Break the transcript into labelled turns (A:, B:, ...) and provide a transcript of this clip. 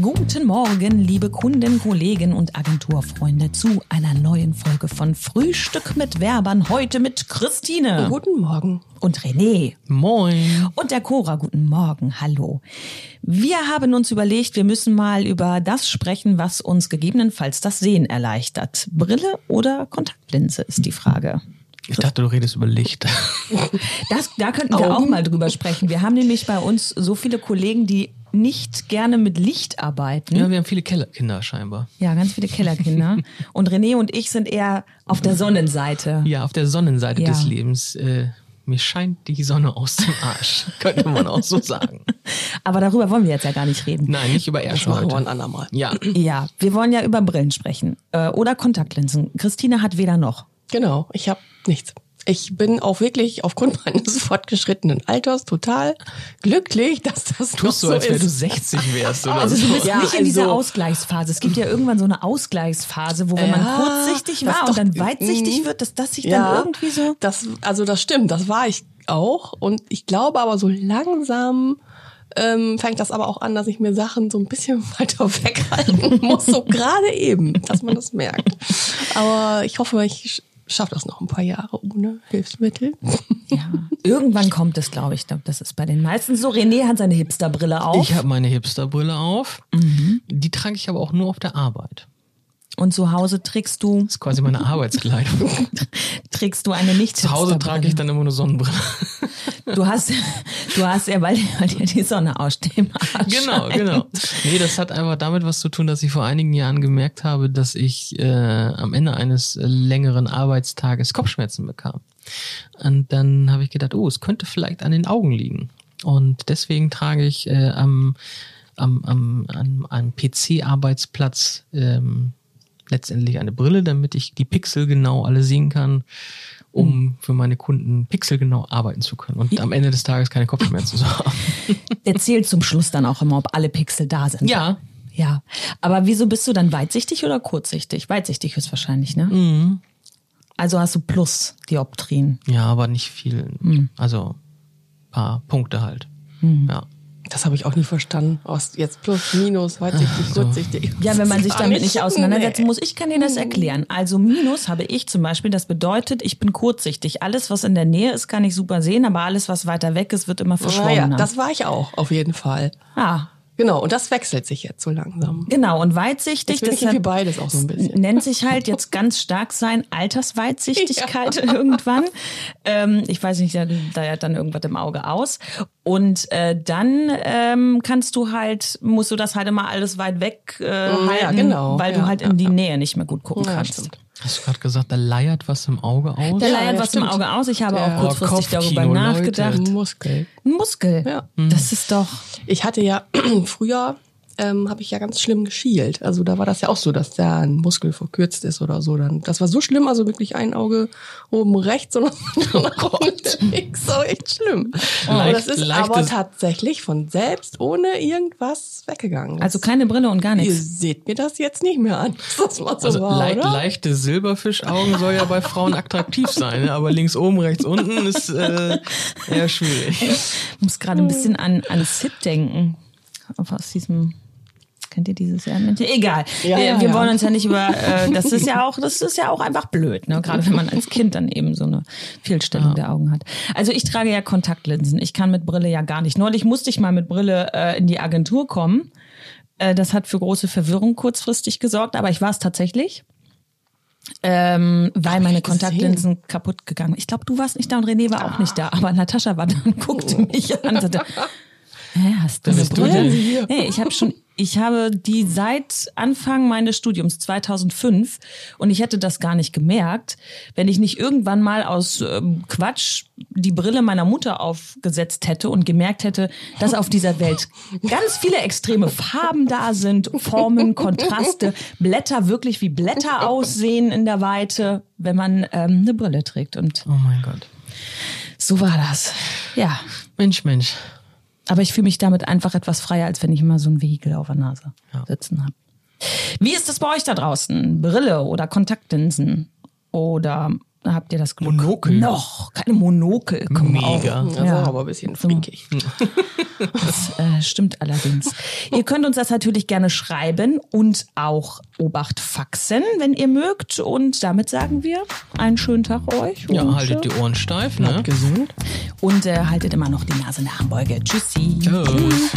A: Guten Morgen, liebe Kunden, Kollegen und Agenturfreunde, zu einer neuen Folge von Frühstück mit Werbern. Heute mit Christine
B: Guten Morgen.
A: und René
C: Moin.
A: und der Cora. Guten Morgen, hallo. Wir haben uns überlegt, wir müssen mal über das sprechen, was uns gegebenenfalls das Sehen erleichtert. Brille oder Kontaktlinse ist die Frage.
C: Ich dachte, du redest über Licht.
A: Das, da könnten wir auch mal drüber sprechen. Wir haben nämlich bei uns so viele Kollegen, die nicht gerne mit Licht arbeiten.
C: Ja, wir haben viele Keller Kinder scheinbar.
A: Ja, ganz viele Kellerkinder. Und René und ich sind eher auf der Sonnenseite.
C: Ja, auf der Sonnenseite
A: Ja.
C: des Lebens. Äh, mir scheint die Sonne aus dem Arsch, könnte man auch so sagen.
A: Aber darüber wollen wir jetzt ja gar nicht reden.
C: Nein, nicht über Arsch
B: Das machen wir ein
C: heute.
B: andermal.
C: Ja,
A: Ja, wir wollen ja über Brillen sprechen. Äh, oder Kontaktlinsen. Christine hat weder noch.
B: Genau, ich habe nichts. Ich bin auch wirklich aufgrund meines fortgeschrittenen Alters total glücklich, dass das noch
C: tust du,
B: so
C: als wenn du
B: ist.
C: 60 wärst oder
A: Also du
C: so.
A: bist
B: Ja,
A: nicht in dieser
B: also-
A: Ausgleichsphase. Es gibt ja irgendwann so eine Ausgleichsphase, wo wenn man
B: Ja,
A: kurzsichtig
B: das
A: war und
B: doch-
A: dann weitsichtig
B: Mhm.
A: wird, dass das sich dann irgendwie so.
B: Das, also das stimmt, das war ich auch. Und ich glaube aber so langsam ähm, fängt das aber auch an, dass ich mir Sachen so ein bisschen weiter weghalten muss. So gerade eben, dass man das merkt. Aber ich hoffe, ich sch- schaff das noch ein paar Jahre ohne Hilfsmittel.
A: Ja. Irgendwann kommt es, glaube ich. Ich glaube, Das ist bei den meisten so. René hat seine Hipsterbrille auf.
C: Ich habe meine Hipsterbrille auf. Die trage ich aber auch nur auf der Arbeit.
A: Und zu Hause trägst du,
C: Das ist quasi meine Arbeitskleidung.
A: trägst du eine nicht
C: Zu Hause trage ich dann immer eine Sonnenbrille.
A: Du hast, du hast ja, weil, weil dir die Sonne aussteht im Arsch.
C: Genau, genau. Nee, das hat einfach damit was zu tun, dass ich vor einigen Jahren gemerkt habe, dass ich äh, am Ende eines äh, längeren Arbeitstages Kopfschmerzen bekam. Und dann habe ich gedacht, oh, es könnte vielleicht an den Augen liegen. Und deswegen trage ich äh, am, am, am, am, am PC-Arbeitsplatz ähm, letztendlich eine Brille, damit ich die Pixel genau alle sehen kann, um für meine Kunden pixelgenau arbeiten zu können und am Ende des Tages keine Kopfschmerzen zu haben.
A: Der zählt zum Schluss dann auch immer, ob alle Pixel da sind.
C: Ja,
A: Ja. Aber wieso bist du dann weitsichtig oder kurzsichtig? Weitsichtig ist wahrscheinlich, ne?
C: Mhm.
A: Also hast du plus Dioptrien.
C: Ja, aber nicht viel. Also paar Punkte halt. Ja.
B: Das habe ich auch nie verstanden. Aus jetzt plus, minus, weitsichtig, kurzsichtig.
A: Ja, wenn man sich damit nicht auseinandersetzt,
B: Nee.
A: muss ich kann dir
C: Mhm.
A: das erklären. Also Minus habe ich zum Beispiel, das bedeutet, ich bin kurzsichtig. Alles, was in der Nähe ist, kann ich super sehen, aber alles, was weiter weg ist, wird immer
B: Naja,
A: verschwommener.
B: das war ich auch, auf jeden Fall.
A: ah,
B: Genau, und das wechselt sich jetzt so langsam.
A: Genau, und weitsichtig,
B: Jetzt bin ich
A: deshalb
B: wie beides auch so ein bisschen.
A: nennt sich halt jetzt ganz stark sein Altersweitsichtigkeit irgendwann. Ähm, ich weiß nicht, da, da hat dann irgendwas im Auge aus. Und äh, dann ähm, kannst du halt, musst du das halt immer alles weit weg äh, halten,
B: genau,
A: weil du
B: ja,
A: halt in die Nähe nicht mehr gut gucken
B: Ja,
A: kannst.
B: stimmt.
C: Hast du gerade gesagt, da leiert was im Auge aus?
A: Der
B: Ja,
A: leiert
B: ja,
A: was im
B: stimmt.
A: Auge aus. Ich habe
B: Ja.
A: auch kurzfristig
C: Oh, Kopfkino,
A: darüber nachgedacht.
C: Leute.
B: Muskel.
A: Ein Muskel.
B: Ja.
A: Das ist doch.
B: Ich hatte ja früher ähm, habe ich ja ganz schlimm geschielt. Also da war das ja auch so, dass da ein Muskel verkürzt ist oder so. Dann das war so schlimm, also wirklich ein Auge oben rechts und das andere nach unten links. So echt schlimm. aber das
C: Oh Leicht-
B: ist
C: leichtes-
B: aber tatsächlich von selbst ohne irgendwas weggegangen. Das-
A: Also keine Brille und gar
B: ihr
A: nichts.
B: seht mir das jetzt nicht mehr an. dass Das mal so
C: Also
B: war,
C: leicht,
B: oder?
C: leichte Silberfischaugen soll ja bei Frauen attraktiv sein, ne? aber links oben, rechts unten ist äh, eher schwierig.
A: Ich muss
B: Hm.
A: gerade ein bisschen an, an Sid denken. Auf- Aus diesem. Kennt ihr dieses Erdmännchen? Egal.
B: Ja,
A: äh,
B: ja,
A: wir
B: ja.
A: wollen uns ja nicht über. Äh, das ist ja auch, das ist ja auch einfach blöd, ne? Gerade wenn man als Kind dann eben so eine Fehlstellung der Augen hat. Also ich trage ja Kontaktlinsen. Ich kann mit Brille ja gar nicht. Neulich musste ich mal mit Brille äh, in die Agentur kommen. Äh, das hat für große Verwirrung kurzfristig gesorgt, aber ich war es tatsächlich. Ähm, weil meine
B: ich gesehen.
A: Kontaktlinsen kaputt gegangen. Ich glaube, du warst nicht da und René war auch nicht da, aber Natascha war da und guckte
B: Oh.
A: mich an und sagte, Hä, hast du
C: Wer
A: eine
C: bist du
A: Brille?
C: denn?
A: Hey, ich habe schon, ich habe die seit Anfang meines Studiums 2005 und ich hätte das gar nicht gemerkt, wenn ich nicht irgendwann mal aus ähm, Quatsch die Brille meiner Mutter aufgesetzt hätte und gemerkt hätte, dass auf dieser Welt ganz viele extreme Farben da sind, Formen, Kontraste, Blätter wirklich wie Blätter aussehen in der Weite, wenn man ähm, eine Brille trägt. Und
C: Oh mein Gott.
A: so war das. Ja.
C: Mensch, Mensch.
A: Aber ich fühle mich damit einfach etwas freier, als wenn ich immer so ein Vehikel auf der Nase sitzen habe. Wie ist es bei euch da draußen? Brille oder Kontaktlinsen? Oder habt ihr das Glück.
C: Monokel.
A: Noch, keine Monokel. Komm auf.
C: Mega.
B: Das war also aber ein bisschen freakig.
A: Das äh, stimmt allerdings. ihr könnt uns das natürlich gerne schreiben und auch Obacht faxen, wenn ihr mögt. Und damit sagen wir einen schönen Tag euch.
C: Ja,
A: und,
C: haltet die
A: äh,
C: Ohren steif, ne?
B: Gesund.
A: und äh, haltet immer noch die Nase in der Armbeuge. Tschüssi.
C: Tschüss.